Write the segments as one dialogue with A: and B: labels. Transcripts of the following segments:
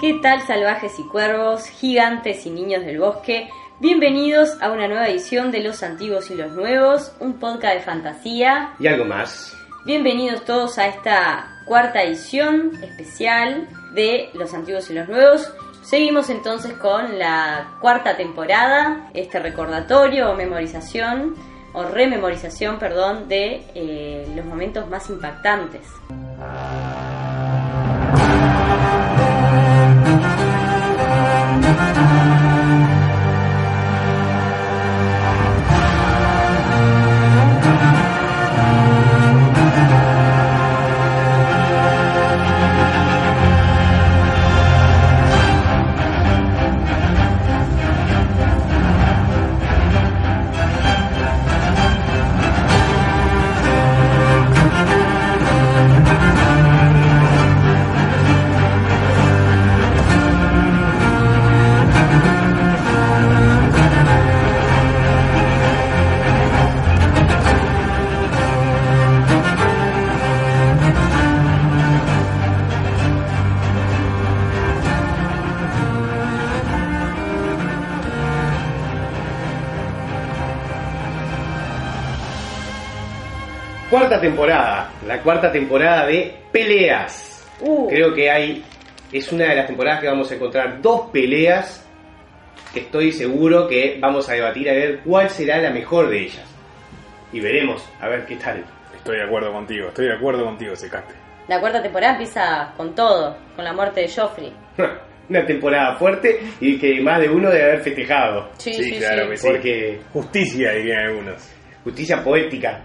A: ¿Qué tal salvajes y cuervos, gigantes y niños del bosque? Bienvenidos a una nueva edición de Los Antiguos y los Nuevos, un podcast de fantasía.
B: Y algo más.
A: Bienvenidos todos a esta cuarta edición especial de Los Antiguos y los Nuevos. Seguimos entonces con la cuarta temporada, este recordatorio o memorización, o rememorización, perdón, de eh, los momentos más impactantes.
B: Cuarta temporada, la cuarta temporada de peleas.
A: Uh,
B: Creo que hay, es una de las temporadas que vamos a encontrar dos peleas que estoy seguro que vamos a debatir a ver cuál será la mejor de ellas. Y veremos, a ver qué tal.
C: Estoy de acuerdo contigo, estoy de acuerdo contigo, Secate.
A: la cuarta temporada empieza con todo, con la muerte de Joffrey.
B: Una temporada fuerte y que más de uno debe haber festejado.
A: Sí,
C: claro que sí.
B: Porque
C: Justicia, dirían algunos.
B: justicia poética.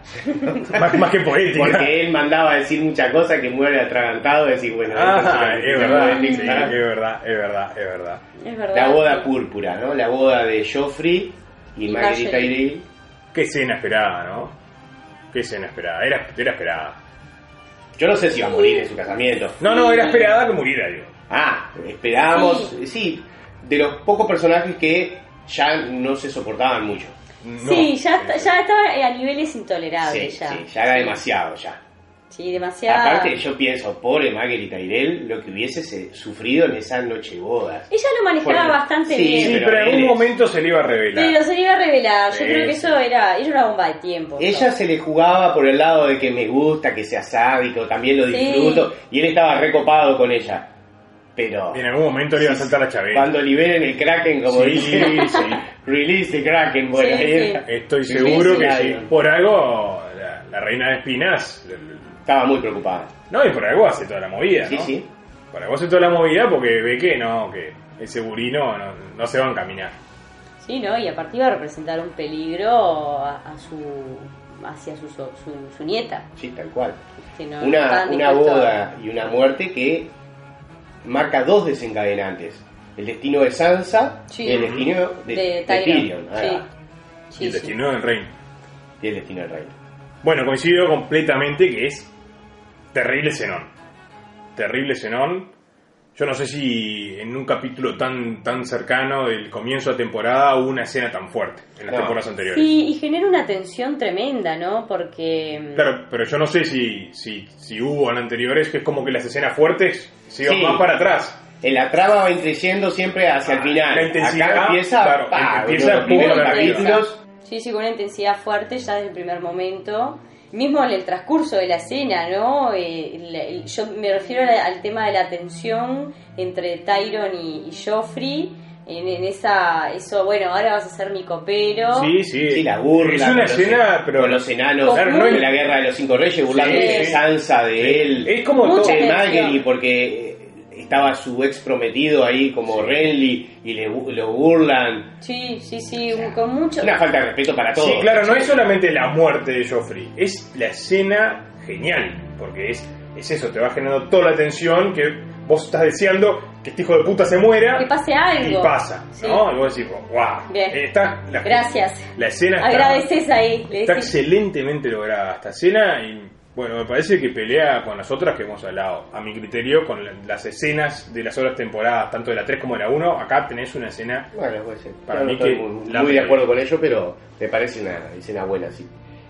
C: Más, más que poética.
B: Porque él mandaba a decir mucha cosa que muere atragantado y decir, bueno,
C: Ah,
B: entonces,
C: es verdad, sí,
B: poética.
C: es verdad, es verdad, es verdad.
A: Es verdad.
B: La boda púrpura, ¿no? La boda de Joffrey y,
A: Y
B: Marguerite
A: Marjorie.
B: Tyrell.
C: Qué escena esperada, ¿no? Qué escena esperada, era, era esperada.
B: Yo no sé si va a morir en su casamiento.
C: No, no, era esperada que muriera yo.
B: Ah, esperábamos,
A: Sí.
B: sí. de los pocos personajes que ya no se soportaban mucho.
C: No.
A: Sí, ya, está- ya estaba eh, a niveles intolerables.
B: sí,
A: ya.
B: sí, ya era demasiado ya.
A: Sí, demasiado.
B: Aparte, yo pienso, pobre Marguerite Tyrell, lo que hubiese se- sufrido en esa noche bodas.
A: Ella lo manejaba
B: Bueno,
A: bastante
B: sí,
A: bien.
C: Sí,
B: Pero
C: pero en algún
B: eres-
C: momento se le iba a revelar.
A: Pero se le iba a revelar. Yo
C: Sí,
A: creo que
C: sí.
A: eso era. Ella era una bomba de tiempo. ¿no?
B: Ella se le jugaba por el lado de que me gusta, que sea sádico, también lo
A: Sí.
B: disfruto, y él estaba recopado con ella. Pero...
C: En algún momento le iba a
B: Sí,
C: saltar a Chávez.
B: Cuando liberen el Kraken, como
C: Sí,
B: dicen.
C: sí.
B: Release the Kraken, bueno,
A: Sí,
B: ahí
A: sí.
B: era.
C: Estoy
B: Sí,
C: seguro
B: sí,
C: que
B: claro.
C: sí. Por algo, la, la reina de espinas. l- l-
B: Estaba muy preocupada.
C: No, y por algo hace toda la movida,
B: Sí,
C: ¿no?
B: sí.
C: Por algo hace toda la movida porque ve que no, que ese burino no, no se va a encaminar.
A: Sí, ¿no? Y aparte iba a representar un peligro a, a su. hacia su, so- su, su nieta.
B: Sí, tal cual.
A: Que no
B: Una,
A: estaban
B: una
A: dispuestos-
B: boda y una muerte que marca dos desencadenantes. El destino de Sansa
A: Sí.
B: y el destino de,
A: De,
B: de
A: Tyrion.
B: Tyrion. ah. Ahí va.
C: y
A: Sí,
C: el
A: sí.
C: destino del reino.
B: Y el destino del rey.
C: Bueno, coincido completamente que es terrible Zenón. Terrible Zenón. Yo no sé si en un capítulo tan, tan cercano del comienzo de temporada hubo una escena tan fuerte en las
B: No.
C: temporadas
A: sí.
C: anteriores.
A: Sí, y genera una tensión tremenda, ¿no? Porque. mm,
C: Claro, pero yo no sé si, si, si hubo en anteriores que es como que las escenas fuertes se iban
B: Sí.
C: más para atrás.
B: En la trama va increciendo siempre hacia el
C: Ah,
B: final.
C: la intensidad,
B: Acá empieza,
C: claro,
B: pa,
C: empieza
B: uno de los
C: pum,
B: primeros
C: la vida.
B: capítulos.
A: Sí, sí, con una intensidad fuerte ya desde el primer momento. Mismo en el transcurso de la escena, ¿no? Eh, el- el- yo me refiero a- al tema de la tensión entre Tyron y, y Joffrey. En, en esa, eso, bueno, ahora vas a ser mi copero.
C: Sí, sí.
B: Sí, la burla.
C: Es una
B: con los-
C: escena, pero...
B: con los enanos
A: Claro, no
B: de
A: es-
B: la guerra de los cinco reyes, burlando de
A: sí.
B: Sansa, de él,
C: Es como
A: Mucha
B: de
C: todo.
A: atención.
B: Marguerite, porque eh, estaba su ex prometido ahí como Renly y le, bu- lo burlan.
A: sí, sí, sí, con mucho.
B: Una falta de respeto para todos.
C: Sí, claro, no es solamente la muerte de Joffrey, es la escena genial, porque es, es eso, te va generando toda la tensión que vos estás deseando que este hijo de puta se muera
A: Que pase algo.
C: y pasa,
A: Sí.
C: ¿no? Y vos decís, wow, eh,
A: Bien.
C: Está, la,
A: Gracias.
C: la escena está,
A: Agradeces ahí. le
C: está
A: decís.
C: excelentemente lograda esta escena y bueno, me parece que pelea con las otras que hemos hablado, a mi criterio, con la- las escenas de las otras temporadas, tanto de la 3 como de la 1, acá tenés una escena
B: Bueno, puede ser.
C: Para
B: Yo
C: mí
B: no estoy
C: que
B: muy,
C: la-
B: muy de acuerdo con ello, pero me parece una escena buena, sí.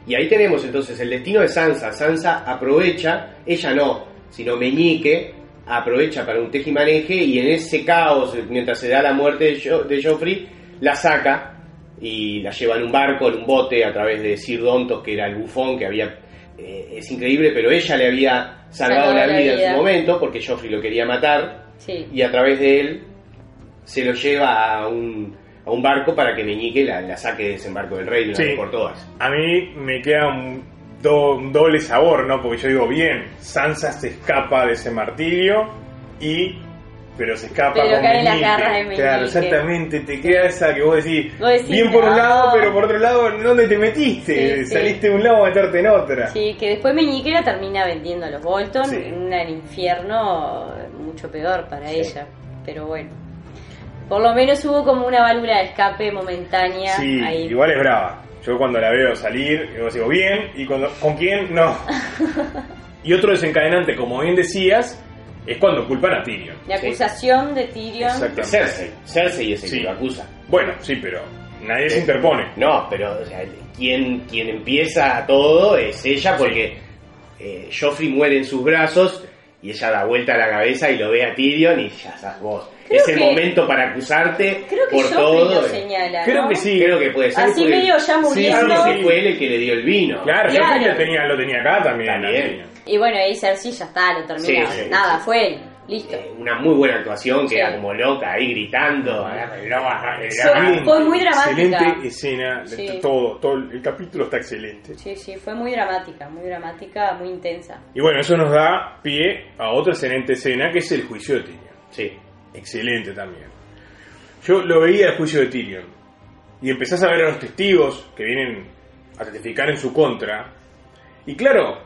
B: Y ahí tenemos entonces el destino de Sansa. Sansa aprovecha, ella no, sino Meñique, aprovecha para un tejimaneje y en ese caos, mientras se da la muerte de, Jo- de Joffrey, la saca y la lleva en un barco, en un bote, a través de Sir Dontos, que era el bufón que había... eh, es increíble, pero ella le había salvado
A: Salvado
B: la
A: la
B: vida en
A: vida.
B: su momento, porque Joffrey lo quería matar,
A: Sí.
B: y a través de él se lo lleva a un, a un barco para que Meñique la, la saque de ese barco del rey de una
C: Sí.
B: vez por todas.
C: A mí me queda un, do- un doble sabor, ¿no? Porque yo digo, bien, Sansa se escapa de ese martirio y... Pero se escapa
A: Pero
C: con
A: cae en las
C: Meñique.
A: garras de
C: Claro,
A: Meñique.
C: exactamente. Te queda esa que vos decís,
A: Vos decís,
C: bien por un
A: no.
C: lado, pero por otro lado, ¿en ¿dónde te metiste?
A: Sí, sí.
C: Saliste de un lado a meterte en otra.
A: Sí, que después Meñique la termina vendiendo a los Bolton
C: Sí.
A: en un infierno mucho peor para
B: Sí.
A: ella. Pero bueno, por lo menos hubo como una válvula de escape momentánea
C: Sí,
A: ahí.
C: igual es brava. Yo cuando la veo salir, yo digo, bien, y cuando, ¿con quién? No. y otro desencadenante, como bien decías, es cuando culpan a Tyrion.
A: La
B: Sí.
A: acusación de Tyrion.
C: Exacto.
B: Cersei, Cersei es el
C: Sí.
B: que lo acusa.
C: Bueno, sí, pero nadie se interpone.
B: No, pero o sea, quien, quien empieza todo es ella porque eh, Joffrey muere en sus brazos y ella da vuelta la cabeza y lo ve a Tyrion y ya estás vos.
A: Creo
B: es el
A: que-
B: momento para acusarte
A: Creo que
B: por
A: Joffrey
B: todo.
A: lo señala.
C: Creo
A: ¿no?
C: que sí.
B: Creo que puede ser.
A: Así
B: fue-
A: medio ya muriendo.
B: Creo que fue él el que le dio el vino.
C: Claro,
A: Claro.
C: yo creo que lo tenía, lo tenía acá también.
B: También.
C: Antonio.
A: Y bueno, ahí Cersei ya está, lo termina.
B: Sí, sí,
A: Nada,
B: sí.
A: fue él. Listo.
B: Eh, Una muy buena actuación, que
A: Sí.
B: era como loca ahí gritando. agárrenlo, agárrenlo,
A: Fue-
B: agárrenlo.
A: fue muy dramática.
C: Excelente escena,
A: Sí.
C: todo, todo el capítulo está excelente.
A: Sí, sí, fue muy dramática, muy dramática, muy intensa.
C: Y bueno, eso nos da pie a otra excelente escena que es el juicio de Tyrion.
B: Sí.
C: Excelente también. Yo lo veía el juicio de Tyrion. Y empezás a ver a los testigos que vienen a testificar en su contra. Y claro,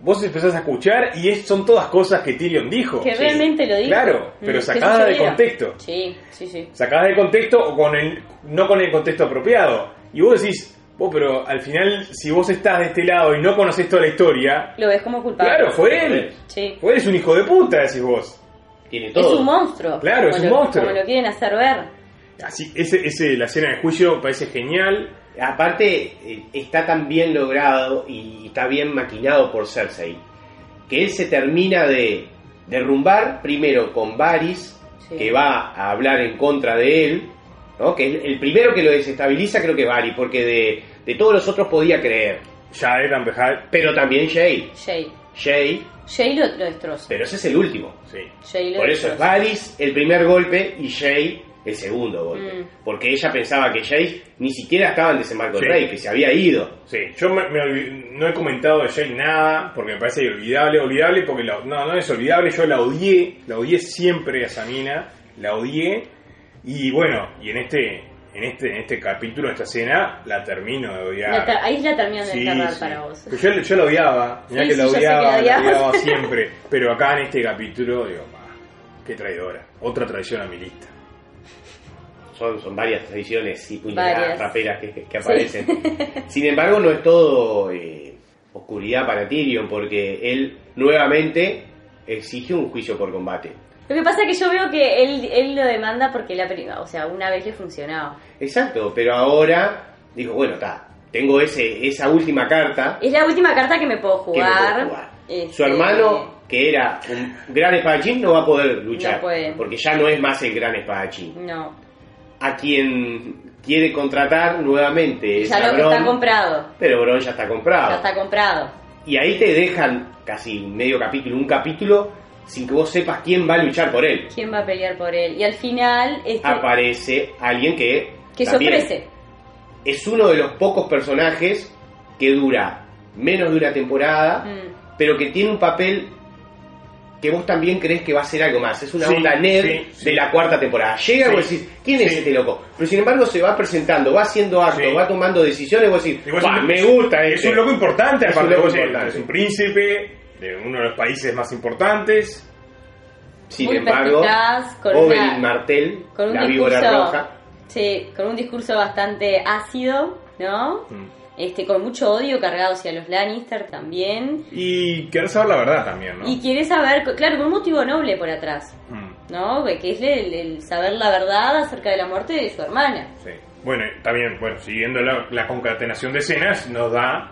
C: vos empezás a escuchar y es- son todas cosas que Tyrion dijo.
A: Que
C: Oh, Sí.
A: realmente lo Mm, digo.
C: Claro, pero sacadas
A: sacada
C: de contexto.
A: Sí, sí, sí.
C: Sacadas de contexto o con el, no con el contexto apropiado. Y vos decís, vos, pero al final, si vos estás de este lado y no conocés toda la historia,
A: Lo ves como culpable.
C: claro, fue él.
A: Sí.
C: Fue él, es un hijo de puta, decís vos.
B: Tiene todo.
A: Es un monstruo.
C: Claro, es
A: como
C: un
A: lo-
C: monstruo.
A: Como lo quieren hacer ver.
C: Así, ese, ese, la escena de juicio parece genial.
B: Aparte, eh, está tan bien logrado y está bien maquinado por Cersei, que él se termina de derrumbar primero con Varys,
A: Sí.
B: que va a hablar en contra de él, ¿no? que es el primero que lo desestabiliza creo que Varys, porque de, de todos los otros podía creer,
C: Ya eran Behal.
B: pero también Jay.
A: Jay.
B: Jay,
A: Jay lo, lo destroza.
B: pero ese es el último.
C: Sí.
A: Jay lo
B: Por eso es
A: destroza.
B: Varys el primer golpe y Jay el segundo golpe,
A: Mm.
B: porque ella pensaba que Jay ni siquiera estaba en desembarco del
C: Sí.
B: rey, que se había ido.
C: Sí, yo me- me olvi- no he comentado de Jane nada, porque me parece olvidable, olvidable, porque la- no, no es olvidable, yo la odié, la odié siempre a esa mina, la odié, y bueno, y en este, en este, en este capítulo, esta escena, la termino de
A: La
C: odiar.
A: ter- ahí la terminan de
C: Sí,
A: enterrar
C: sí.
A: para vos.
C: Pero Yo, yo la odiaba, mirá
A: Sí,
C: que la
A: sí, yo sé que la
C: odiaba, la
A: odiabas.
C: odiaba siempre, pero acá en este capítulo, digo, "Ah, qué traidora, otra traición a mi lista.
B: Son, son varias tradiciones y puñaladas
A: Varias.
B: raperas que, que aparecen. Sin embargo, no es todo eh, oscuridad para Tyrion, porque él nuevamente exige un juicio por combate.
A: Lo que pasa es que yo veo que él, él lo demanda porque la prima, o sea, una vez le funcionaba.
B: Exacto, pero ahora dijo, bueno, está, tengo ese, esa última carta
A: Es la última carta que me puedo
B: que me
A: jugar.
B: puedo jugar.
A: Este,
B: Su hermano, que era un gran espadachín, no va a poder luchar,
A: No puede.
B: porque ya no es más el gran espadachín.
A: No.
B: A quien quiere contratar nuevamente es
A: Ya
B: a
A: lo que está
B: Bronn,
A: comprado.
B: pero Bron ya está comprado.
A: Ya está comprado.
B: Y ahí te dejan casi medio capítulo, un capítulo, sin que vos sepas quién va a luchar por él.
A: ¿Quién va a pelear por él? Y al final, este,
B: Ah, Aparece alguien que...
A: que se
B: también
A: ofrece.
B: Es uno de los pocos personajes que dura menos de una temporada,
A: Mm.
B: pero que tiene un papel que vos también crees que va a ser algo más. Es una
C: Sí,
B: onda nerd
C: sí, sí.
B: de la cuarta temporada. Llega y vos
C: Sí.
B: decís, ¿quién es
C: Sí.
B: este loco? Pero sin embargo se va presentando, va haciendo actos,
C: Sí.
B: va tomando decisiones, vos decís,
C: Y vos
B: "Buah,
C: decís,
B: me gusta
C: Es
B: este".
C: un loco importante,
B: Es
C: aparte.
B: un loco
C: vos decís,
B: importante.
C: Es un príncipe de uno de los países más importantes.
B: Sin
A: Muy
B: embargo,
A: perspicaz, con
B: Oberyn
A: una-
B: Martell,
A: con un
B: la víbora
A: discurso
B: roja,
A: sí, con un discurso bastante ácido no
B: Mm.
A: este con mucho odio cargado hacia los Lannister también
C: Y querer saber la verdad también, ¿no?
A: y quiere saber co- claro con un motivo noble por atrás
C: Mm,
A: no que es el, el saber la verdad acerca de la muerte de su hermana
C: sí. Bueno, y también, bueno, siguiendo la, la concatenación de escenas, nos da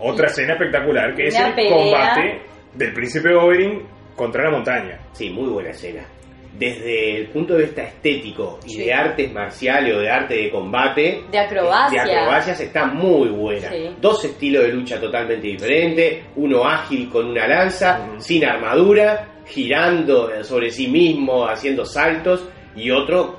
C: otra escena espectacular que es
A: Una
C: el
A: pelea.
C: combate del príncipe Oberyn contra la montaña.
B: Sí, muy buena escena. Desde el punto de vista estético y
A: Sí.
B: de artes marciales o de arte de combate,
A: De acrobacia.
B: de acrobacias está muy buena.
A: Sí.
B: Dos estilos de lucha totalmente diferentes, uno ágil con una lanza,
C: Ujú.
B: sin armadura, girando sobre sí mismo, haciendo saltos, y otro,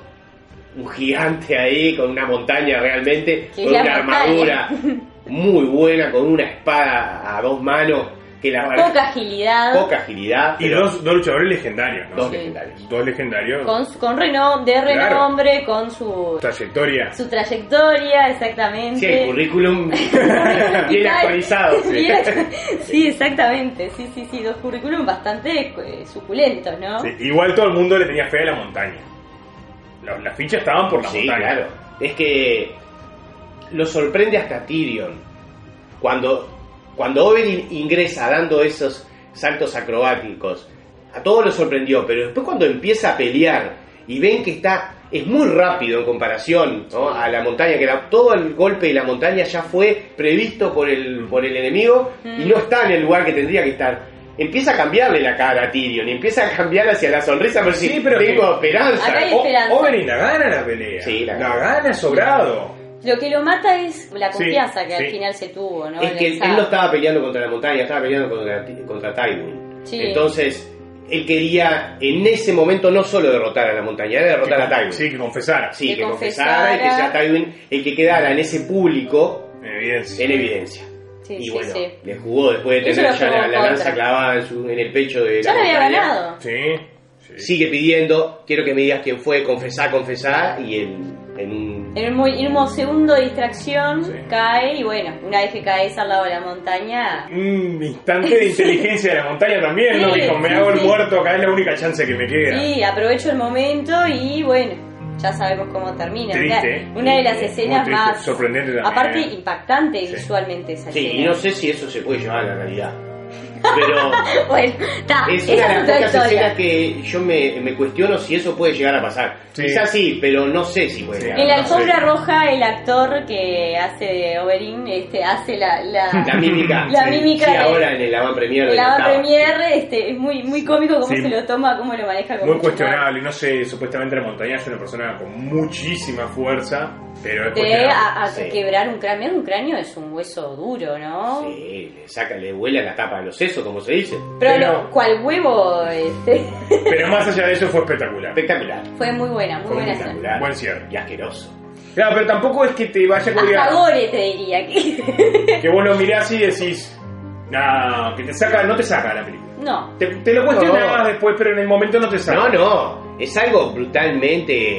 B: un gigante ahí con una montaña realmente,
A: Que
B: con
A: es la
B: una
A: montaña.
B: armadura muy buena, con una espada a dos manos, que la
A: Poca agilidad.
B: poca agilidad.
C: Y
B: Ah, pero
C: dos, dos luchadores legendarios, ¿no?
B: dos
A: Sí.
B: legendarios.
C: Dos legendarios.
A: Con, su- con renom- de
C: Claro.
A: renombre, con su,
C: Trayectoria.
A: su trayectoria, exactamente.
B: Sí, el currículum bien
A: Vital.
B: actualizado. sí.
A: Bien. Sí, exactamente. Sí, sí, sí. Dos currículum bastante eh, suculentos, ¿no?
C: Sí, Igual todo el mundo le tenía fe a la montaña. Los- las fichas estaban por la
B: Sí,
C: montaña.
B: claro. Es que lo sorprende hasta Tyrion. Cuando, cuando Oberyn ingresa dando esos saltos acrobáticos, a todos lo sorprendió, pero después cuando empieza a pelear y ven que está, es muy rápido en comparación ¿no? a la montaña, que la- todo el golpe de la montaña ya fue previsto por el, por el enemigo y
A: Mm.
B: no está en el lugar que tendría que estar. Empieza a cambiarle la cara a Tyrion y empieza a cambiar hacia la sonrisa, pero
C: Sí,
B: sí,
C: pero
B: tengo
C: que-
B: esperanza.
A: Acá hay
C: O-
A: esperanza.
C: Oberyn la gana la pelea.
B: Sí, la
C: la
B: gana.
C: gana sobrado.
A: Lo que lo mata es la
C: Sí,
A: confianza que al
C: sí.
A: final se tuvo, ¿no?
B: Es
A: En
B: que
A: el
B: él
A: sábado.
B: no estaba peleando contra la montaña, estaba peleando contra, contra Tywin.
A: Sí.
B: Entonces, él quería en ese momento no solo derrotar a la montaña, era derrotar a Tywin.
C: Sí, que confesara.
B: Sí,
A: Que
B: que, confesara y que sea
A: confesara.
B: Tywin el que quedara en ese público
C: En evidencia.
B: en evidencia.
A: Sí,
B: y
A: sí,
B: bueno,
A: sí.
B: le jugó después de
A: Eso
B: tener
A: lo
B: ya
A: jugó
B: la, la
A: contra.
B: lanza clavada en, su- en el pecho de
A: Ya
B: la
A: lo había
B: montaña.
A: ganado.
C: Sí. sí.
B: Sigue pidiendo, quiero que me digas quién fue, confesar, confesar, y en, en un
A: En un, muy- en un segundo de distracción
C: Sí.
A: cae y bueno, una vez que caes al lado de la montaña,
C: Un Mm, instante de inteligencia de la montaña también, ¿no?
A: Sí,
C: Dijo, me
A: sí,
C: hago el
A: sí.
C: muerto, acá es la única chance que me queda.
A: sí, aprovecho el momento y bueno, ya sabemos cómo termina. Una-
C: Triste,
A: una de las
C: triste,
A: escenas
C: muy triste,
A: más...
C: sorprendente también,
A: Aparte,
C: eh.
A: impactante
C: Sí.
A: visualmente esa
B: Sí, y
A: escena.
B: no sé si eso se puede llevar a la realidad. Pero
A: Bueno, está,
B: Es
A: esa
B: una
A: es otra
B: de las pocas escenas
A: historia.
B: que yo me, me cuestiono si eso puede llegar a pasar.
C: Sí.
B: Quizás sí, pero no sé si puede
C: Sí.
B: llegar.
A: En la
C: No sé.
A: alfombra roja, el actor que hace de Oberyn este, hace la, la,
B: La mímica.
A: La
B: sí,
A: mímica
B: sí,
A: de-
B: ahora en el avant premier.
A: la premier, este, es muy, muy cómico cómo
C: Sí.
A: se lo toma, cómo lo maneja. con
C: Muy
A: mucho
C: cuestionable, no sé, supuestamente la montaña es una persona con muchísima fuerza, pero
A: humor.
C: es
A: De a,
C: cuestionable.
A: a
B: Sí.
A: quebrar un cráneo, un cráneo es un hueso duro, ¿no?
B: Sí, le saca, le huele a la tapa de los sesos, como se dice.
A: Pero,
C: Pero-
A: lo- cual huevo, este,
C: Pero más allá de eso fue espectacular.
B: Espectacular.
A: fue muy buena, muy
C: Fue
A: buena. escena.
B: Espectacular.
C: Buen cierre.
B: Y asqueroso.
C: Claro, pero tampoco es que te vaya
A: Hasta
C: a colgar.
A: gore te diría que...
C: Que vos lo mirás y decís, no, que te saca, no te saca la película.
A: no.
C: Te, te lo cuestionabas
B: No.
C: después, pero en el momento no te saca.
B: No, no. Es algo brutalmente.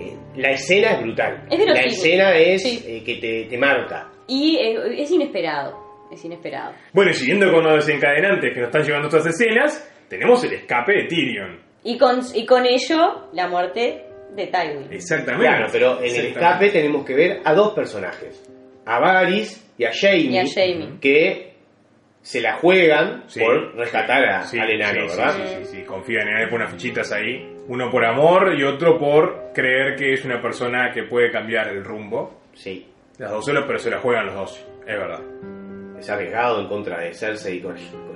B: eh, La escena es brutal.
A: Es
B: la
A: verosímil.
B: escena es
A: Sí.
B: eh, que te, te marca.
A: Y eh, es inesperado, es inesperado.
C: Bueno, y siguiendo con los desencadenantes que nos están llevando estas escenas, tenemos el escape de Tyrion.
A: Y con, y con ello, la muerte de Tywin.
C: Exactamente.
B: Claro, pero en el
C: Exactamente.
B: escape tenemos que ver a dos personajes, a Varys y a Jamie,
A: Y a Jaime.
B: que se la juegan
C: Sí.
B: por rescatar a,
C: Sí,
B: al enano,
C: sí,
B: ¿verdad?
C: Sí, sí, sí, sí. confían en él, pone unas fichitas ahí. Uno por amor y otro por creer que es una persona que puede cambiar el rumbo.
B: Sí.
C: Las dos solas, pero se la juegan los dos. Es verdad.
B: es arriesgado en contra de Cersei con, con,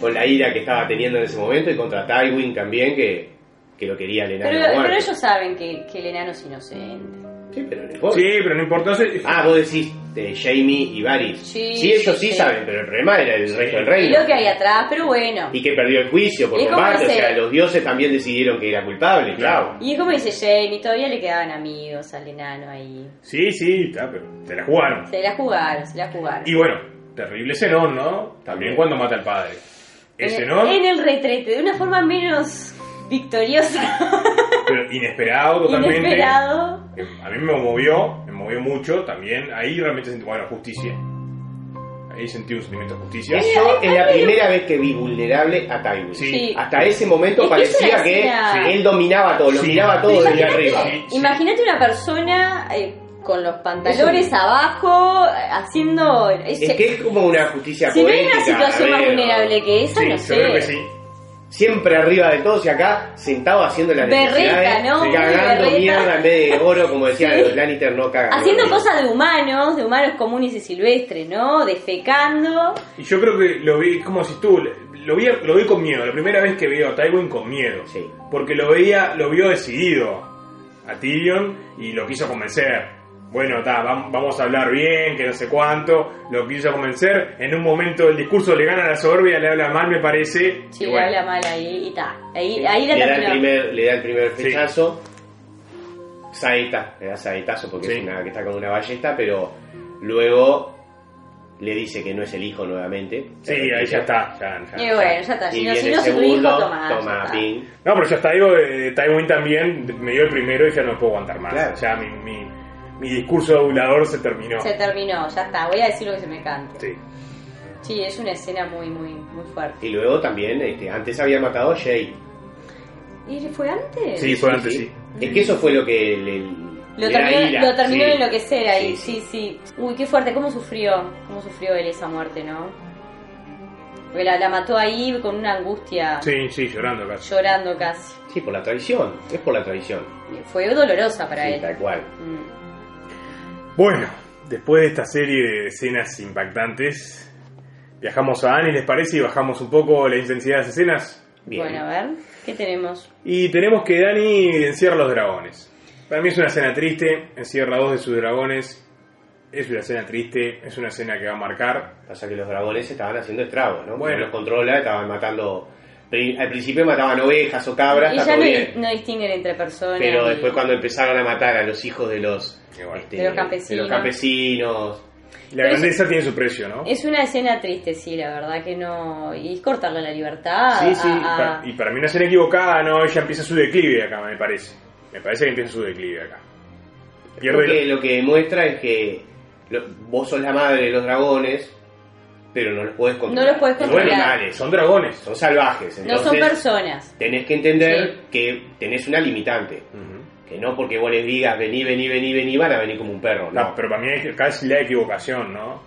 B: con la ira que estaba teniendo en ese momento y contra Tywin también, que, que lo quería el enano
A: Pero,
B: muerto.
A: pero ellos saben que, que el enano es inocente.
B: Sí, pero no importa.
C: Sí, pero no importa. se-
B: Ah, vos decís eh, Jamie y Varys.
A: Sí,
B: ellos
A: sí,
B: sí,
A: sí.
B: saben, pero el problema era el resto del
A: Y
B: reino.
A: lo que hay atrás, pero bueno.
B: Y que perdió el juicio por
A: Y como
B: combate, o
A: dice-
B: sea, los dioses también decidieron que era culpable, claro.
A: Y es como dice Jamie, todavía le quedaban amigos al enano ahí.
C: Sí, sí, está, pero se la jugaron.
A: Se la jugaron, se la jugaron.
C: Y bueno, terrible Zenón, ¿no? También cuando mata al padre. El
A: en,
C: Zenón,
A: Eh, en el retrete, de una forma menos victoriosa,
C: pero inesperado totalmente.
A: inesperado.
C: Eh, A mí me movió, me movió mucho también. Ahí realmente sentí, bueno, justicia. Ahí sentí un sentimiento de justicia.
A: Eh,
B: Eso es la primera vez que vi vulnerable a Tywin.
C: Sí.
A: Sí.
B: Hasta ese momento
A: Es que es
B: parecía
A: una
B: que
A: escena-
B: él dominaba todo, lo
C: Sí.
B: miraba todo desde arriba.
C: Sí, sí.
A: Imagínate una persona eh, con los pantalones abajo, eh, haciendo...
B: Es que es como una justicia
A: si no hay
B: poética.
A: una situación
B: a
A: más
B: ver,
A: vulnerable que esa,
C: Sí,
A: no
C: yo creo que
A: sé.
C: sí.
B: siempre arriba de todos y acá sentado haciendo las
A: Berreta,
B: necesidades,
A: ¿no? Muy
B: cagando
A: berreta.
B: mierda en vez de oro, como decía
A: Sí.
B: los Lannister, no cagan.
A: Haciendo
B: oro.
A: cosas de humanos, de humanos comunes y silvestres, ¿no? Defecando.
C: Y yo creo que lo vi como si tú. Lo vi, lo vi con miedo. La primera vez que veo a Tywin con miedo.
B: Sí.
C: Porque lo veía, lo vio decidido a Tyrion y lo quiso convencer. Bueno, ta, vam- vamos a hablar bien, que no sé cuánto. Lo quiso convencer. En un momento el discurso le gana la soberbia, le habla mal, me parece.
A: Sí,
C: Y bueno,
A: habla mal ahí y ta. Ahí, ahí la
B: le, da el
A: terminó.
B: primer, le da el primer
C: Sí.
B: flechazo. Saeta, le da saetazo porque
C: Sí.
B: es una que está con una ballesta, pero luego le dice que no es el hijo nuevamente.
C: Sí, ahí ya está. ya- ya-
A: Y bueno, ya está.
B: Y
A: Si no,
B: viene
A: si
B: el
A: no se tu hijo,
B: segundo,
A: toma. ya
B: toma,
A: está.
B: ping.
C: No, pero ya está, digo, eh, Tywin también me dio el primero y ya no puedo aguantar más.
B: Claro.
C: Ya mi, mi, mi discurso adulador se terminó.
A: Se terminó, ya está. Voy a decir lo que se me cante.
C: Sí.
A: Sí, es una escena muy, muy, muy fuerte.
B: Y luego también, este, antes había matado a Jay.
A: ¿Y fue antes?
C: Sí, fue antes, sí.
B: Es que eso fue lo que le,
A: Lo
B: le da
A: terminó,
B: ira,
A: lo terminó
B: sí.
A: de enloquecer ahí, sí,
B: Sí,
A: sí. Uy, qué fuerte, cómo sufrió, cómo sufrió él esa muerte, ¿no? Porque la, la mató ahí con una angustia,
C: Sí, sí, llorando casi.
A: llorando casi.
B: Sí, por la traición. Es por la traición.
A: Y Fue dolorosa para
B: Sí,
A: él.
B: tal cual.
A: Mm.
C: Bueno, después de esta serie de escenas impactantes, viajamos a Annie, ¿les parece? Y bajamos un poco la intensidad de las escenas.
B: Bien.
A: Bueno, a ver, ¿qué tenemos?
C: Y tenemos que Dani encierra los dragones. Para mí es una escena triste, encierra dos de sus dragones. Es una escena triste, es una escena que va a marcar.
B: Pasa que los dragones estaban haciendo estragos, ¿no?
C: Bueno.
B: Bueno, los controla, estaban matando. pri- Al principio mataban ovejas o cabras,
A: y
B: está
A: ya
B: todo
A: no,
B: bien.
A: no distinguen entre personas.
B: Pero
A: y-
B: después cuando empezaron a matar a los hijos de los,
C: Y bueno.
B: este,
A: De los campesinos.
B: de los campesinos,
C: La
A: Pero es-
C: grandeza tiene su precio, ¿no?
A: Es una escena triste, sí, la verdad que no... Y es cortarle la libertad.
C: Sí, sí, y
A: a- a-
C: pa- y para mí una escena equivocada, no, ella empieza su declive acá, me parece. Me parece que empieza su declive acá.
B: Creo que
C: Pierde
B: lo que demuestra es que lo- vos sos la madre de los dragones, pero no los podés controlar.
A: No los podés
B: Son
A: controlar.
B: animales, son,
C: son dragones.
B: son salvajes.
A: No son
B: entonces
A: personas.
B: Tenés que entender que tenés una limitante.
C: Ujú.
B: Que no porque vos les digas vení, vení, vení, vení, van a venir como un perro. No,
C: No, pero para mí es casi la equivocación, ¿no?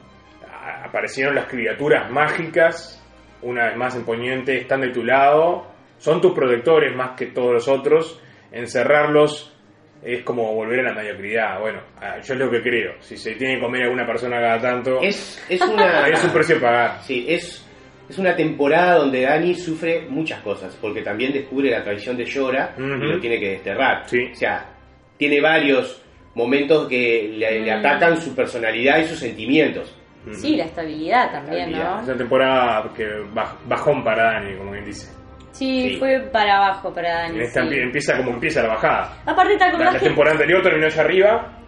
C: A- Aparecieron las criaturas mágicas, una vez más en Poniente, están de tu lado, son tus protectores más que todos los otros, encerrarlos es como volver a la mediocridad, bueno, ah, yo es lo que creo, si se tiene que comer a una persona cada tanto, es,
B: es, es una...
C: un precio a pagar.
B: Sí, es, es una temporada donde Dani sufre muchas cosas, porque también descubre la traición de Llora
C: Ujú.
B: y lo tiene que desterrar.
C: Sí.
B: O sea, tiene varios momentos que le, le
A: Mm.
B: atacan su personalidad y sus sentimientos.
A: Sí, la estabilidad también,
B: Mm. Estabilidad,
A: ¿no?
C: Es una temporada que baj- bajón para Dani, como bien dice.
A: Sí,
B: Sí.
A: fue para abajo para
C: En
A: Dani.
C: esta
A: sí.
C: empie- empieza como empieza la bajada.
A: Aparte, ¿te
C: La,
A: acordás
C: la
A: que...?
C: temporada anterior terminó allá arriba.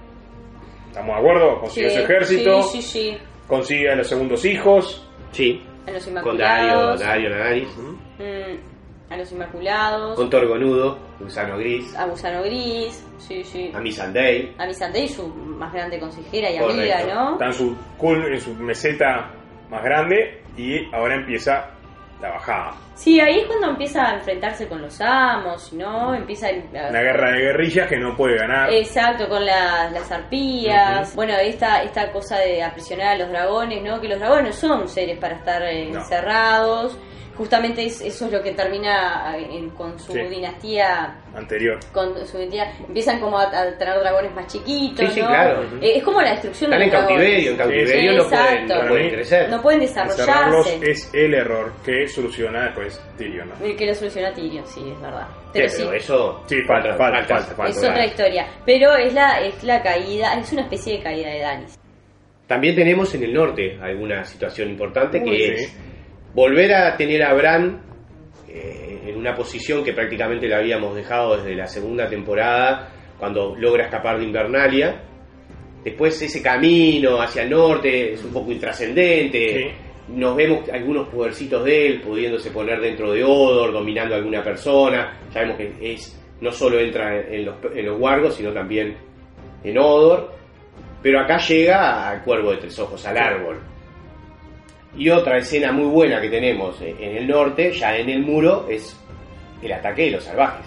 C: Estamos de acuerdo, consiguió
A: Sí,
C: su ejército,
A: Sí, sí, sí.
C: consigue a los segundos hijos.
B: Sí.
A: A los
B: Con Dario,
A: Inmaculados.
B: Dario la nariz.
A: mm, a los Inmaculados.
B: Con Torgonudo, Gusano Gris,
A: A Gusano Gris. Sí, sí.
B: a Missandei.
A: A Missandei, su más grande consejera y
B: Correcto.
A: amiga, ¿no?
C: Está en su, cul- en su meseta más grande y ahora empieza la bajada.
A: Sí, ahí es cuando empieza a enfrentarse con los amos, ¿no? Empieza a-
C: Una guerra de guerrillas que no puede
B: Ah.
C: ganar.
A: Exacto, con la- las arpías. Bueno, esta, esta cosa de aprisionar a los dragones, ¿no? Que los dragones no son seres para estar eh,
C: No.
A: encerrados. Justamente es- eso es lo que termina eh, en- con su
C: Sí.
A: dinastía.
C: Anterior.
A: Con su dinastía. Empiezan como a, a tener dragones más chiquitos.
B: Sí, sí,
A: ¿no?
B: claro.
A: Eh, es como la destrucción
B: Están
A: de
B: en
A: los dragones.
B: cautiverio, en cautiverio
A: Sí,
B: no, pueden,
A: exacto.
B: no pueden crecer.
A: No pueden
C: Encerrarlos
A: desarrollarse.
C: es el error que soluciona después Tyrion. ¿no?
A: El que lo soluciona Tyrion, sí, es verdad.
B: Sí,
A: Pero sí,
B: pero eso...
C: Sí, falta, falta, falta,
A: es
C: falta.
A: otra historia. Pero es la, es la caída, es una especie de caída de Danis.
B: También tenemos en el norte alguna situación importante
C: Uy,
B: que
C: sí.
B: es volver a tener a Bran eh, en una posición que prácticamente la habíamos dejado desde la segunda temporada, cuando logra escapar de Invernalia. Después ese camino hacia el norte es un poco intrascendente.
C: Sí.
B: Nos vemos algunos podercitos de él pudiéndose poner dentro de Odor, dominando a alguna persona. Sabemos que es no solo entra en los, en los guargos, sino también en Odor. Pero acá llega al cuervo de tres ojos, al árbol. Y otra escena muy buena que tenemos en en el norte, ya en el muro, es el ataque de los salvajes.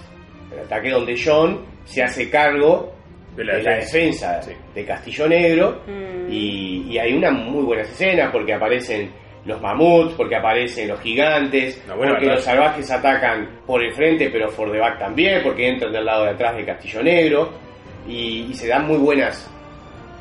B: El ataque donde John se hace cargo de la, defensa
C: Sí.
B: de Castillo Negro.
A: Mm.
B: Y, y hay unas muy buenas escenas porque aparecen los mamuts, porque aparecen los gigantes,
C: Una buena
B: porque
C: batalla.
B: los salvajes atacan por el frente, pero por deback también, porque entran del lado de atrás de Castillo Negro. Y, y se dan muy buenas,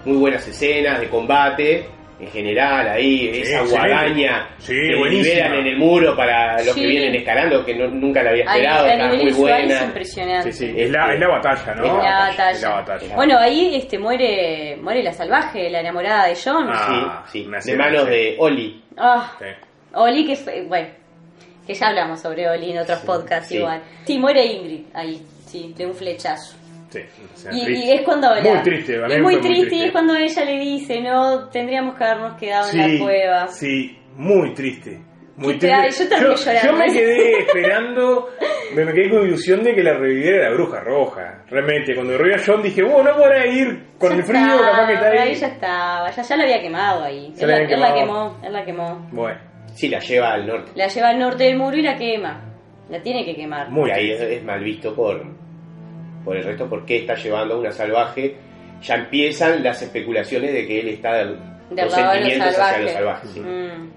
B: muy buenas escenas de combate. En general, ahí,
C: Sí,
B: esa
C: excelente.
B: guadaña
C: Sí,
B: que
C: buenísima.
B: liberan en el muro para los
A: Sí.
B: que vienen escalando, que no- nunca la había
A: A
B: esperado,
A: nivel- a
B: está
A: nivel
B: muy
A: visual
B: buena.
A: es impresionante.
C: Sí, sí, es la, es la batalla, ¿no?
B: Es
A: La batalla.
C: Es la batalla.
A: Bueno, ahí este muere muere la salvaje, la enamorada de John.
C: Ah.
B: sí, sí,
C: una
B: de
C: escena,
B: manos
C: sí.
B: de Oli.
A: Ah,
C: Sí.
A: Oli que fue, bueno, que ya hablamos sobre Oli en otros podcasts
B: sí.
A: igual. Sí, muere Ingrid ahí, sí, de un flechazo.
C: Sí, una escena
A: Y, y
C: triste.
A: es cuando la-
C: Muy triste, a mí
A: es muy
C: me fue muy
A: triste, y
C: triste.
A: es cuando ella le dice, no, tendríamos que habernos quedado en la cueva.
C: Sí, muy triste. Muy
A: Qué tra-
C: triste.
A: yo terminé llorando.
C: yo me quedé esperando, me, me quedé con ilusión de que la reviviera la bruja roja. Realmente, cuando revivió a John dije, bueno, no podrá ir con
A: Ya
C: el frío,
A: estaba,
C: capaz que está ahí.
A: ya estaba, ya, ya la había quemado ahí. Él
C: Ya la
A: la,
C: habían
A: él la
C: quemado.
A: quemó, él la quemó.
C: Bueno,
B: Sí, la lleva al norte.
A: La lleva al norte del muro y la quema. La tiene que quemar.
C: muy
B: y ahí es,
C: triste.
B: es mal visto por, por el resto, porque está llevando a una salvaje. Ya empiezan las especulaciones de que él está del,
A: Del
B: los
A: lado de los
B: sentimientos hacia
A: salvajes.
B: los salvajes. sí.
A: Mm.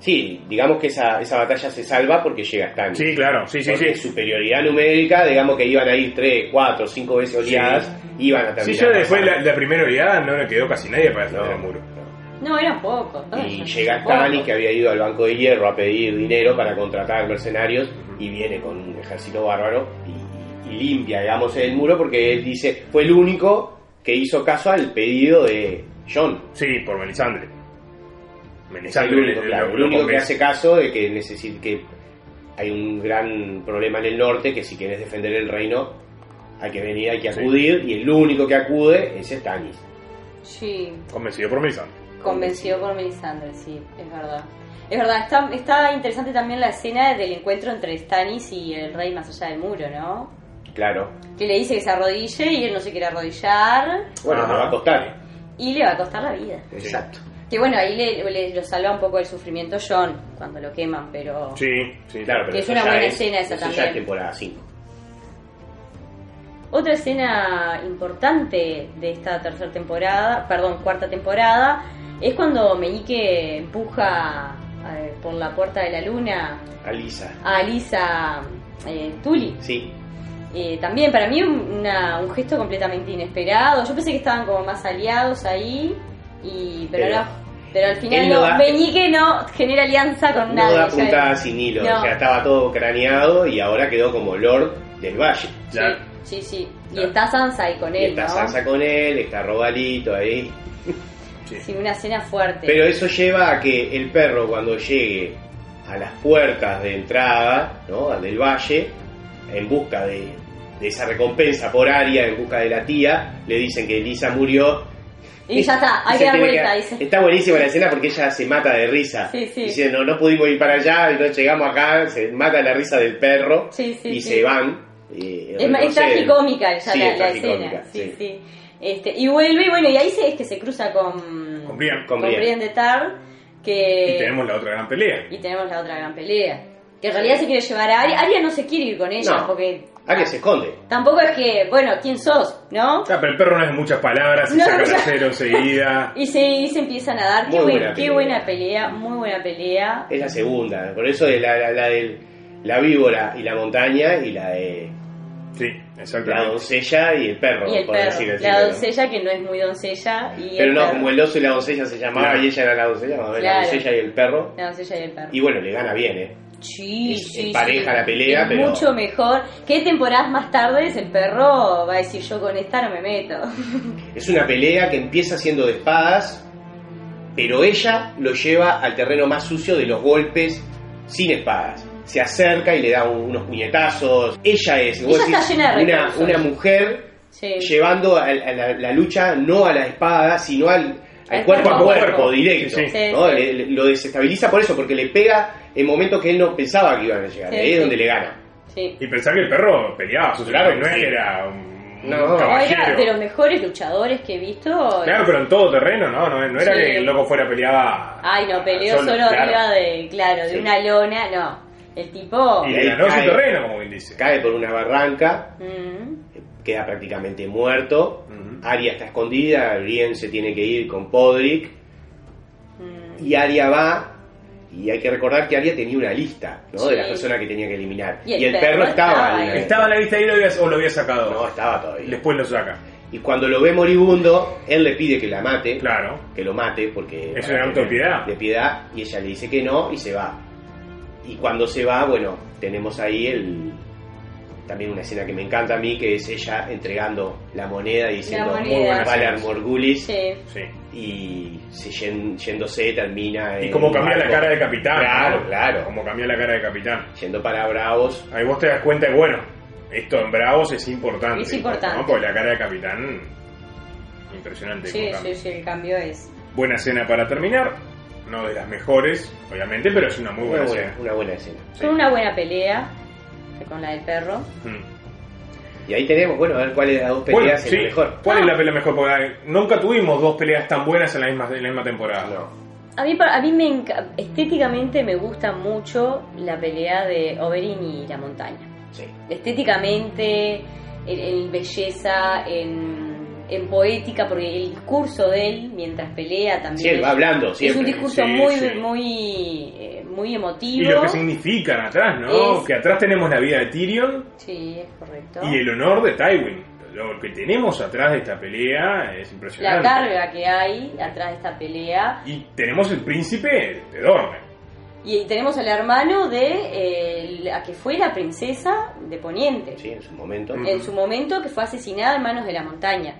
B: Sí, digamos que esa, esa batalla se salva porque llega Stanley.
C: Sí, claro, sí, sí,
B: Porque
C: sí.
B: superioridad numérica, digamos que iban a ir 3, 4, 5 veces oleadas, iban a terminar.
C: Sí, ya después la,
B: pasando.
C: la primera oleada no le quedó casi nadie para
B: No,
C: defender el muro.
B: no.
A: No, eran pocos. todos
B: Y
A: eran
B: llega
A: pocos.
B: Stanley que había ido al Banco de Hierro a pedir dinero para contratar mercenarios y viene con un ejército bárbaro y, y limpia, digamos, el muro porque él dice, fue el único que hizo caso al pedido de John.
C: Sí, por Melisandre.
B: Es el
C: Melisandre,
B: único,
C: le-
B: claro,
C: lo-
B: el
C: lo
B: único que
C: convence.
B: hace caso de que necesi- que hay un gran problema en el norte, que si quieres defender el reino hay que venir, hay que
C: Sí.
B: acudir, y el único que acude es Stannis.
A: Sí,
C: Convencido por Melisandre.
A: convencido por Melisandre, sí, es verdad. Es verdad, está, está interesante también la escena del encuentro entre Stannis y el rey más allá del muro, ¿no?
B: Claro.
A: Que le dice que se arrodille y él no se quiere arrodillar
B: Bueno,
C: Ajá.
B: nos va a costar.
A: y le va a costar la vida.
B: Exacto.
A: Que bueno, ahí le, le- lo salva un poco el sufrimiento John cuando lo queman, pero...
C: Sí, sí,
B: Claro, pero
A: Que es
B: eso
A: una
B: ya
A: buena escena esa
B: eso
A: también.
B: ya es temporada 5.
A: Otra escena importante de esta tercera temporada, perdón, cuarta temporada, es cuando Meñique empuja eh, por la puerta de la luna
B: Alisa.
A: a Alisa eh, Tully.
B: Sí.
A: Eh, también para mí una- un gesto completamente inesperado. Yo pensé que estaban como más aliados ahí, y, pero,
B: Pero-
A: no. Pero al final
B: él no
A: no,
B: da-
A: Meñique no genera alianza con
B: No
A: nadie.
B: da
A: ya-
B: puntada sin hilo,
A: No.
B: o sea, estaba todo craneado y ahora quedó como Lord del Valle.
A: Sí,
C: Claro.
A: sí, sí. Y
C: Claro.
A: está Sansa ahí con
B: Y
A: él,
B: está
A: ¿no?
B: Sansa con él, está Robalito ahí.
C: sí.
A: Sí, una escena fuerte.
B: Pero eso lleva a que el perro cuando llegue a las puertas de entrada, ¿no? Al Del valle, en busca de, de esa recompensa por Aria, en busca de la tía, le dicen que Elisa murió.
A: Y ya está, hay
B: Se
A: que dar
B: tiene
A: vuelta,
B: dar-
A: dice.
B: Está buenísima la escena porque ella se mata de risa.
A: Sí, sí.
B: Dice, no, no pudimos ir para allá, y no llegamos acá, se mata la risa del perro
A: Sí, sí,
B: y
A: sí.
B: se van. eh,
A: Es, ma- es
B: retroceden.
A: tragicómica ya
B: Sí,
A: la,
B: es
A: la
B: tragicómica,
A: escena. Sí,
B: sí.
A: sí. Este, y vuelve, y bueno, y ahí se, es que se cruza con.
C: Con Brian.
B: Con Brienne.
A: Brienne de Tar. Que,
C: Y tenemos la otra gran pelea.
A: y tenemos la otra gran pelea. Que en realidad se quiere llevar a Arya. Arya no se quiere ir con ella,
B: No.
A: porque.
B: Aria Ah, se esconde.
A: Tampoco es que, bueno, ¿quién sos? ¿No?
C: Ah, pero el perro no es de muchas palabras, se
A: No,
C: saca el
A: ya.
C: cero enseguida.
A: Y se, y se empiezan a dar. Qué,
B: Muy
A: buen-
B: buena
A: qué
B: pelea.
A: buena pelea, muy buena pelea.
B: Es la segunda, por eso es la, la, la del- la víbora y la montaña y la de
C: Sí,
B: la
C: exactamente.
B: doncella y el perro,
A: y el
B: por
A: perro.
B: decir así,
A: la
B: pero-
A: doncella, que no es muy doncella. Y
B: Pero
A: el
B: no,
A: perro.
B: como el oso y la doncella se llamaba
C: Claro.
B: y ella era la doncella, vamos a ver,
A: Claro.
B: la doncella y el perro.
A: La doncella y el perro.
B: Y bueno, le gana bien, ¿eh?
A: Sí,
B: Es-
A: sí,
B: es pareja
A: sí.
B: la pelea,
A: Es
B: pero-
A: Mucho mejor. ¿Qué temporadas más tarde el perro va a decir yo con esta no me meto?
B: Es una pelea que empieza siendo de espadas, pero ella lo lleva al terreno más sucio de los golpes sin espadas. Se acerca y le da un- unos puñetazos. Ella es vos
A: Ella está
B: decís,
A: llena de
B: una,
A: recursos.
B: una mujer
A: Sí.
B: llevando a, a la, la lucha no a la espada, sino al, al
A: Al
B: cuerpo
A: cuerpo
B: a
A: a
B: cuerpo,
A: cuerpo.
B: directo.
C: Sí,
A: sí. Sí,
B: ¿no?
A: sí.
B: Le- le- lo desestabiliza por eso, porque le pega en momentos que él no pensaba que iban a llegar.
A: Sí,
B: ahí
A: sí.
B: es donde le gana.
A: sí.
C: Y pensar que el perro peleaba, su
B: Claro que
C: no es
B: sí.
C: que era un un
B: No.
A: No, era
C: caballero.
A: de los mejores luchadores que he visto.
C: Claro, pero en todo terreno, ¿no? No, no era
A: Sí.
C: que el loco fuera peleaba.
A: Ay, no, peleó
C: solo,
A: solo,
C: claro.
A: arriba de, claro, de
B: Sí.
A: una lona, no. El tipo...
C: Y
B: Y ahí
C: ganó su
B: cae.
C: terreno, como bien dice.
B: Cae por una barranca,
A: Mm.
B: queda prácticamente muerto.
C: Ujú.
B: Aria está escondida, Brienne se tiene que ir con Podrick.
A: Mm.
B: Y Aria va Y hay que recordar que Aria tenía una lista, ¿no? De las
A: Sí.
B: personas que tenía que eliminar.
A: Y el perro estaba
B: en la
A: ahí.
B: lista.
C: ¿Estaba en la lista y lo había, o lo había sacado?
B: No, estaba todavía.
C: Después lo saca.
B: Y cuando lo ve moribundo, él le pide que la mate.
C: Claro.
B: Que lo mate porque...
C: Es un acto de piedad.
B: De piedad. Y ella le dice que no y se va. Y cuando se va, bueno, tenemos ahí el... También una escena que me encanta a mí, que es ella entregando la moneda y diciendo
A: moneda.
B: "Muy buenas Valar
C: escenas.
B: Morgulis.
A: Sí.
C: Sí.
B: Y se yen- yéndose termina...
C: Y
B: en
C: como
B: un
C: cambia la
B: barco,
C: cara de capitán.
B: Claro,
C: ¿no?
B: claro.
C: Como cambia la cara de capitán.
B: Yendo para Bravos.
C: Ahí vos te das cuenta que, bueno, esto en Bravos es importante.
A: Es importante.
C: ¿no? Porque la cara de capitán. Impresionante.
A: Sí,
C: cómo cambia.
A: sí, sí, el cambio es.
C: Buena escena para terminar. No de las mejores, obviamente, pero es una muy
B: Una
C: buena
B: buena,
C: escena.
B: una buena escena.
C: Sí.
A: Con una buena pelea, que con la del perro.
C: Mm.
B: Y ahí tenemos, bueno, a ver cuál es la dos
C: Bueno,
B: peleas es
C: sí.
B: la mejor.
C: ¿Cuál
A: Ah.
C: es la pelea mejor? Porque eh, nunca tuvimos dos peleas tan buenas en la misma, en la misma temporada.
B: No.
A: A mí, pa- a mí me enca- estéticamente me gusta mucho la pelea de Oberyn y la montaña.
B: Sí.
A: estéticamente, en, en belleza, en, en poética, porque el discurso de él mientras pelea también
B: Sí, él va hablando
A: es,
B: siempre.
A: un discurso
C: sí,
A: muy,
C: sí.
A: muy, eh, muy emotivo.
C: Y lo que significan atrás, ¿no?
A: Es-
C: Que atrás tenemos la vida de Tyrion
A: Sí, es correcto.
C: y el honor de Tywin. Lo que tenemos atrás de esta pelea es
A: La
C: impresionante.
A: carga que hay atrás de esta pelea.
C: Y tenemos el príncipe de Dorne.
A: Y tenemos al hermano de eh, la que fue la princesa de Poniente.
B: Sí, en su momento.
C: Mm.
A: en su momento que fue asesinada en manos de la montaña,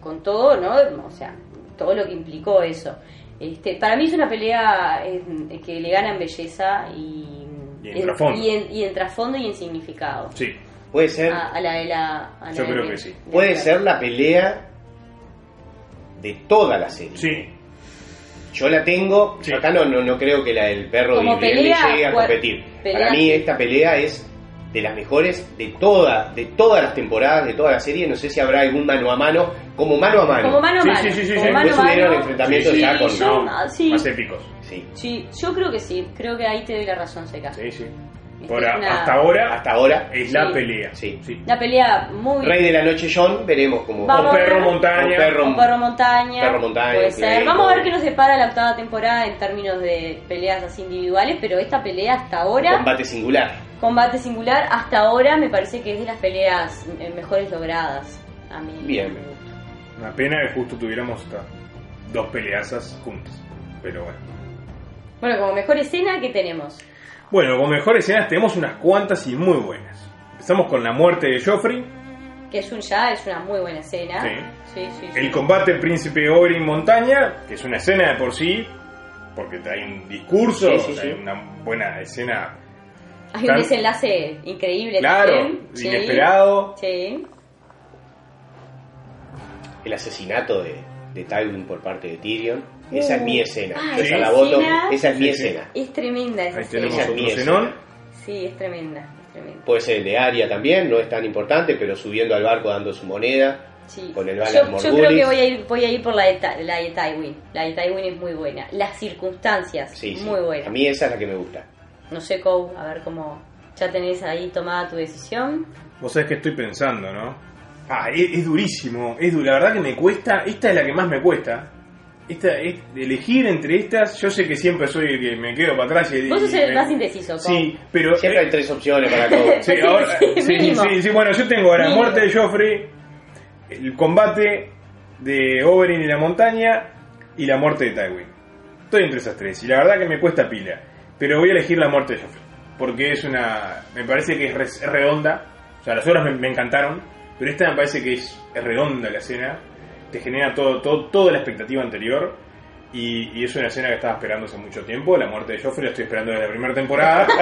A: con todo, ¿no? O sea, todo lo que implicó eso. Este, para mí es una pelea eh, que le gana en belleza y,
C: Y en trasfondo.
A: y en- y en trasfondo y en significado.
C: Sí,
B: Puede ser,
A: A, a la de la... a la
C: Yo
A: de-
C: creo que sí.
A: de-
B: puede ser la pelea de toda la serie.
C: sí.
B: Yo la tengo,
C: Sí.
B: yo acá no, no, no creo que la del perro
A: Como
B: de Gabriel
A: pelea,
B: llegue a
A: cua-
B: competir.
A: pelea-
B: Para mí esta pelea es de las mejores de toda, de todas las temporadas, de toda la serie. No sé si habrá algún mano a mano, como mano a mano.
A: Como mano a
C: Sí,
A: mano.
C: sí, sí, sí,
A: como
C: sí.
A: mano a
B: Después hubieron
A: mano.
B: enfrentamientos
A: Sí,
B: ya con-
A: yo-
C: No,
A: ah, sí.
C: Más épicos.
B: Sí.
A: Sí, yo creo que sí. Creo que ahí te doy la razón, Seca.
C: Sí, sí.
A: Esta
C: Por
A: es
C: a-
A: una-
C: Hasta ahora
B: Hasta ahora,
C: es la
A: Sí.
C: pelea.
B: Sí.
A: Una pelea muy...
B: Rey de la Noche John, veremos cómo
A: Vamos
C: O
A: a
C: perro
A: ver.
C: montaña.
B: O perro-
A: Con Perro Montaña.
B: Perro Montaña,
A: Puede ser.
B: Clayton.
A: Vamos a ver qué nos depara la octava temporada en términos de peleas así individuales, pero esta pelea hasta ahora, combate,
B: combate singular.
A: singular, hasta ahora me parece que es de las peleas eh, mejores logradas. A mí.
B: Bien.
C: Una pena que justo tuviéramos hasta dos peleazas juntas. Pero bueno.
A: Bueno, como mejor escena, ¿qué tenemos?
C: Bueno, con mejores escenas tenemos unas cuantas y muy buenas. Empezamos con la muerte de Joffrey,
A: Que es un ya, es una muy buena escena.
C: Sí.
A: Sí, sí, sí.
C: el combate príncipe Oberyn Montaña, que es una escena de por sí, porque hay un discurso,
B: Sí, sí,
C: o sea, hay
B: sí.
C: una buena escena,
A: Hay un desenlace increíble
C: claro,
A: también. Sí.
C: inesperado.
A: Sí.
B: el asesinato de, de Tywin por parte de Tyrion. Esa es
A: Uh,
B: mi escena.
A: ah,
B: esa
C: esa
B: la voto.
A: escena.
B: Esa es mi
C: Sí, sí.
B: escena.
A: Es tremenda esa
C: Ahí
A: escena.
C: tenemos
B: Esa es
C: otro
B: mi
C: cenón.
B: escena.
A: Sí, es tremenda, es tremenda.
B: Puede ser el de Arya también, no es tan importante, pero subiendo al barco dando su moneda.
A: Sí.
B: Con el Valar
A: yo, yo
B: Morgulis.
A: creo que voy a ir, voy a ir por la de, Ta- la de Tywin. La de Tywin es muy buena. Las circunstancias,
B: Sí, sí.
A: muy
B: A
A: buena.
B: mí esa es la que me gusta.
A: No sé, Kou, a ver cómo ya tenés ahí tomada tu decisión.
C: Vos sabés que estoy pensando, ¿no? Ah, es, es durísimo, es du- la verdad que me cuesta, esta es la que más me cuesta. Esta, es, elegir entre estas, yo sé que siempre soy el que me quedo para atrás y...
A: Vos sos
C: y
A: el
C: me-
A: más indeciso, Kou.
C: Sí, pero...
B: Siempre
C: eh,
B: hay tres opciones para todo.
C: Sí,
A: Sí,
C: ahora-
A: sí,
C: sí,
A: mínimo.
C: sí, sí, bueno, yo tengo ahora
A: Mínimo.
C: muerte de Joffrey, el combate de Oberyn y la montaña y la muerte de Tywin. Estoy entre esas tres y la verdad que me cuesta pila, pero voy a elegir la muerte de Joffrey porque es una, me parece que es re- es redonda, o sea, las otras me, me encantaron, pero esta me parece que es, es redonda la escena, te genera todo, todo, toda la expectativa anterior. Y, y es una escena que estaba esperando hace mucho tiempo, la muerte de Joffrey, la estoy esperando desde la primera temporada.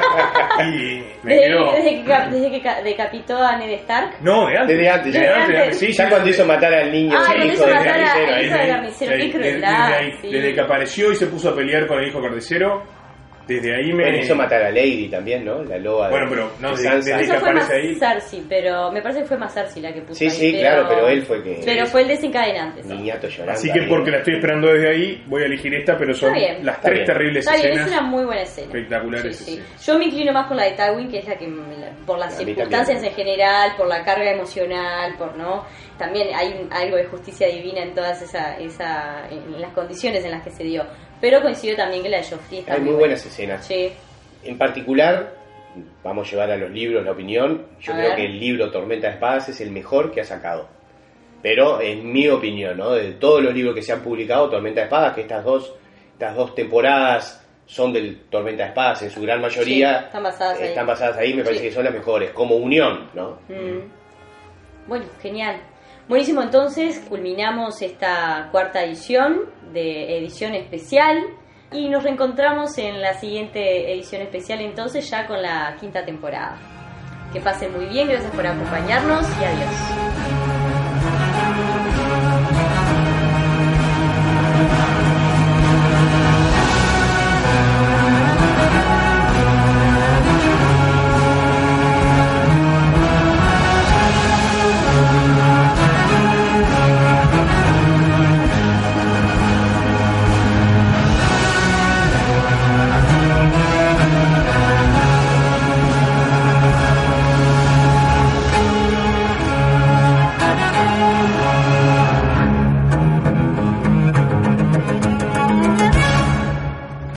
C: y me
A: Desde,
C: quedo-
A: desde que, cap- desde que ca- decapitó a Ned Stark.
C: no, de antes.
B: Desde antes.
A: Desde antes.
C: Sí,
B: ya
C: sí,
B: cuando
C: desde-
B: hizo matar al niño,
A: Ah,
B: el
A: cuando
B: hijo
A: hizo
B: del
A: matar a-
B: carnicero,
A: al
B: ahí.
A: hijo del carnicero, qué
C: desde-
A: crueldad,
C: desde ahí-
A: sí.
C: Desde que apareció y se puso a pelear con el hijo carnicero, desde ahí me.
B: Bueno, hizo matar a Lady también, ¿no? La loba. de-
C: Bueno, pero no,
B: de
C: desde-
B: Sansa.
C: desde-
A: Eso fue más
C: aparece ahí.
A: Cersei, pero me parece que fue más Cersei la que puso
B: Sí,
A: ahí,
B: sí, claro, pero él fue que-
A: Pero fue el desencadenante. sí.
B: Niñato llorando.
C: Así que
B: ahí.
C: porque la estoy esperando desde ahí, voy a elegir esta, pero son
A: Está bien.
C: las
B: Está
C: tres
B: bien.
C: terribles
A: Está bien, es
C: escenas.
A: una muy buena escena.
C: Espectaculares
A: Sí, sí.
C: escenas.
A: Yo me inclino más por la de Tywin, que es la que me- la- por las
B: A mí
A: circunstancias
B: también.
A: en general, por la carga emocional, por no. También hay un- algo de justicia divina en todas esa, esa en las condiciones en las que se dio. Pero coincido también que la de Joffrey está
B: Hay muy buenas escenas.
A: Sí,
B: En particular, vamos a llevar a los libros la opinión. Yo
A: A
B: creo
A: ver.
B: que el libro Tormenta de Espadas es el mejor que ha sacado. Pero en mi opinión, ¿no? De todos los libros que se han publicado, Tormenta de Espadas, que estas dos, estas dos temporadas son del Tormenta de Espadas, en su gran mayoría
A: Sí, están basadas ahí.
B: están basadas ahí, me parece
A: Sí.
B: que son las mejores, como unión, ¿no?
A: Mm. Bueno, genial. Buenísimo, entonces culminamos esta cuarta edición de edición especial y nos reencontramos en la siguiente edición especial entonces ya con la quinta temporada. Que pasen muy bien, gracias por acompañarnos y adiós.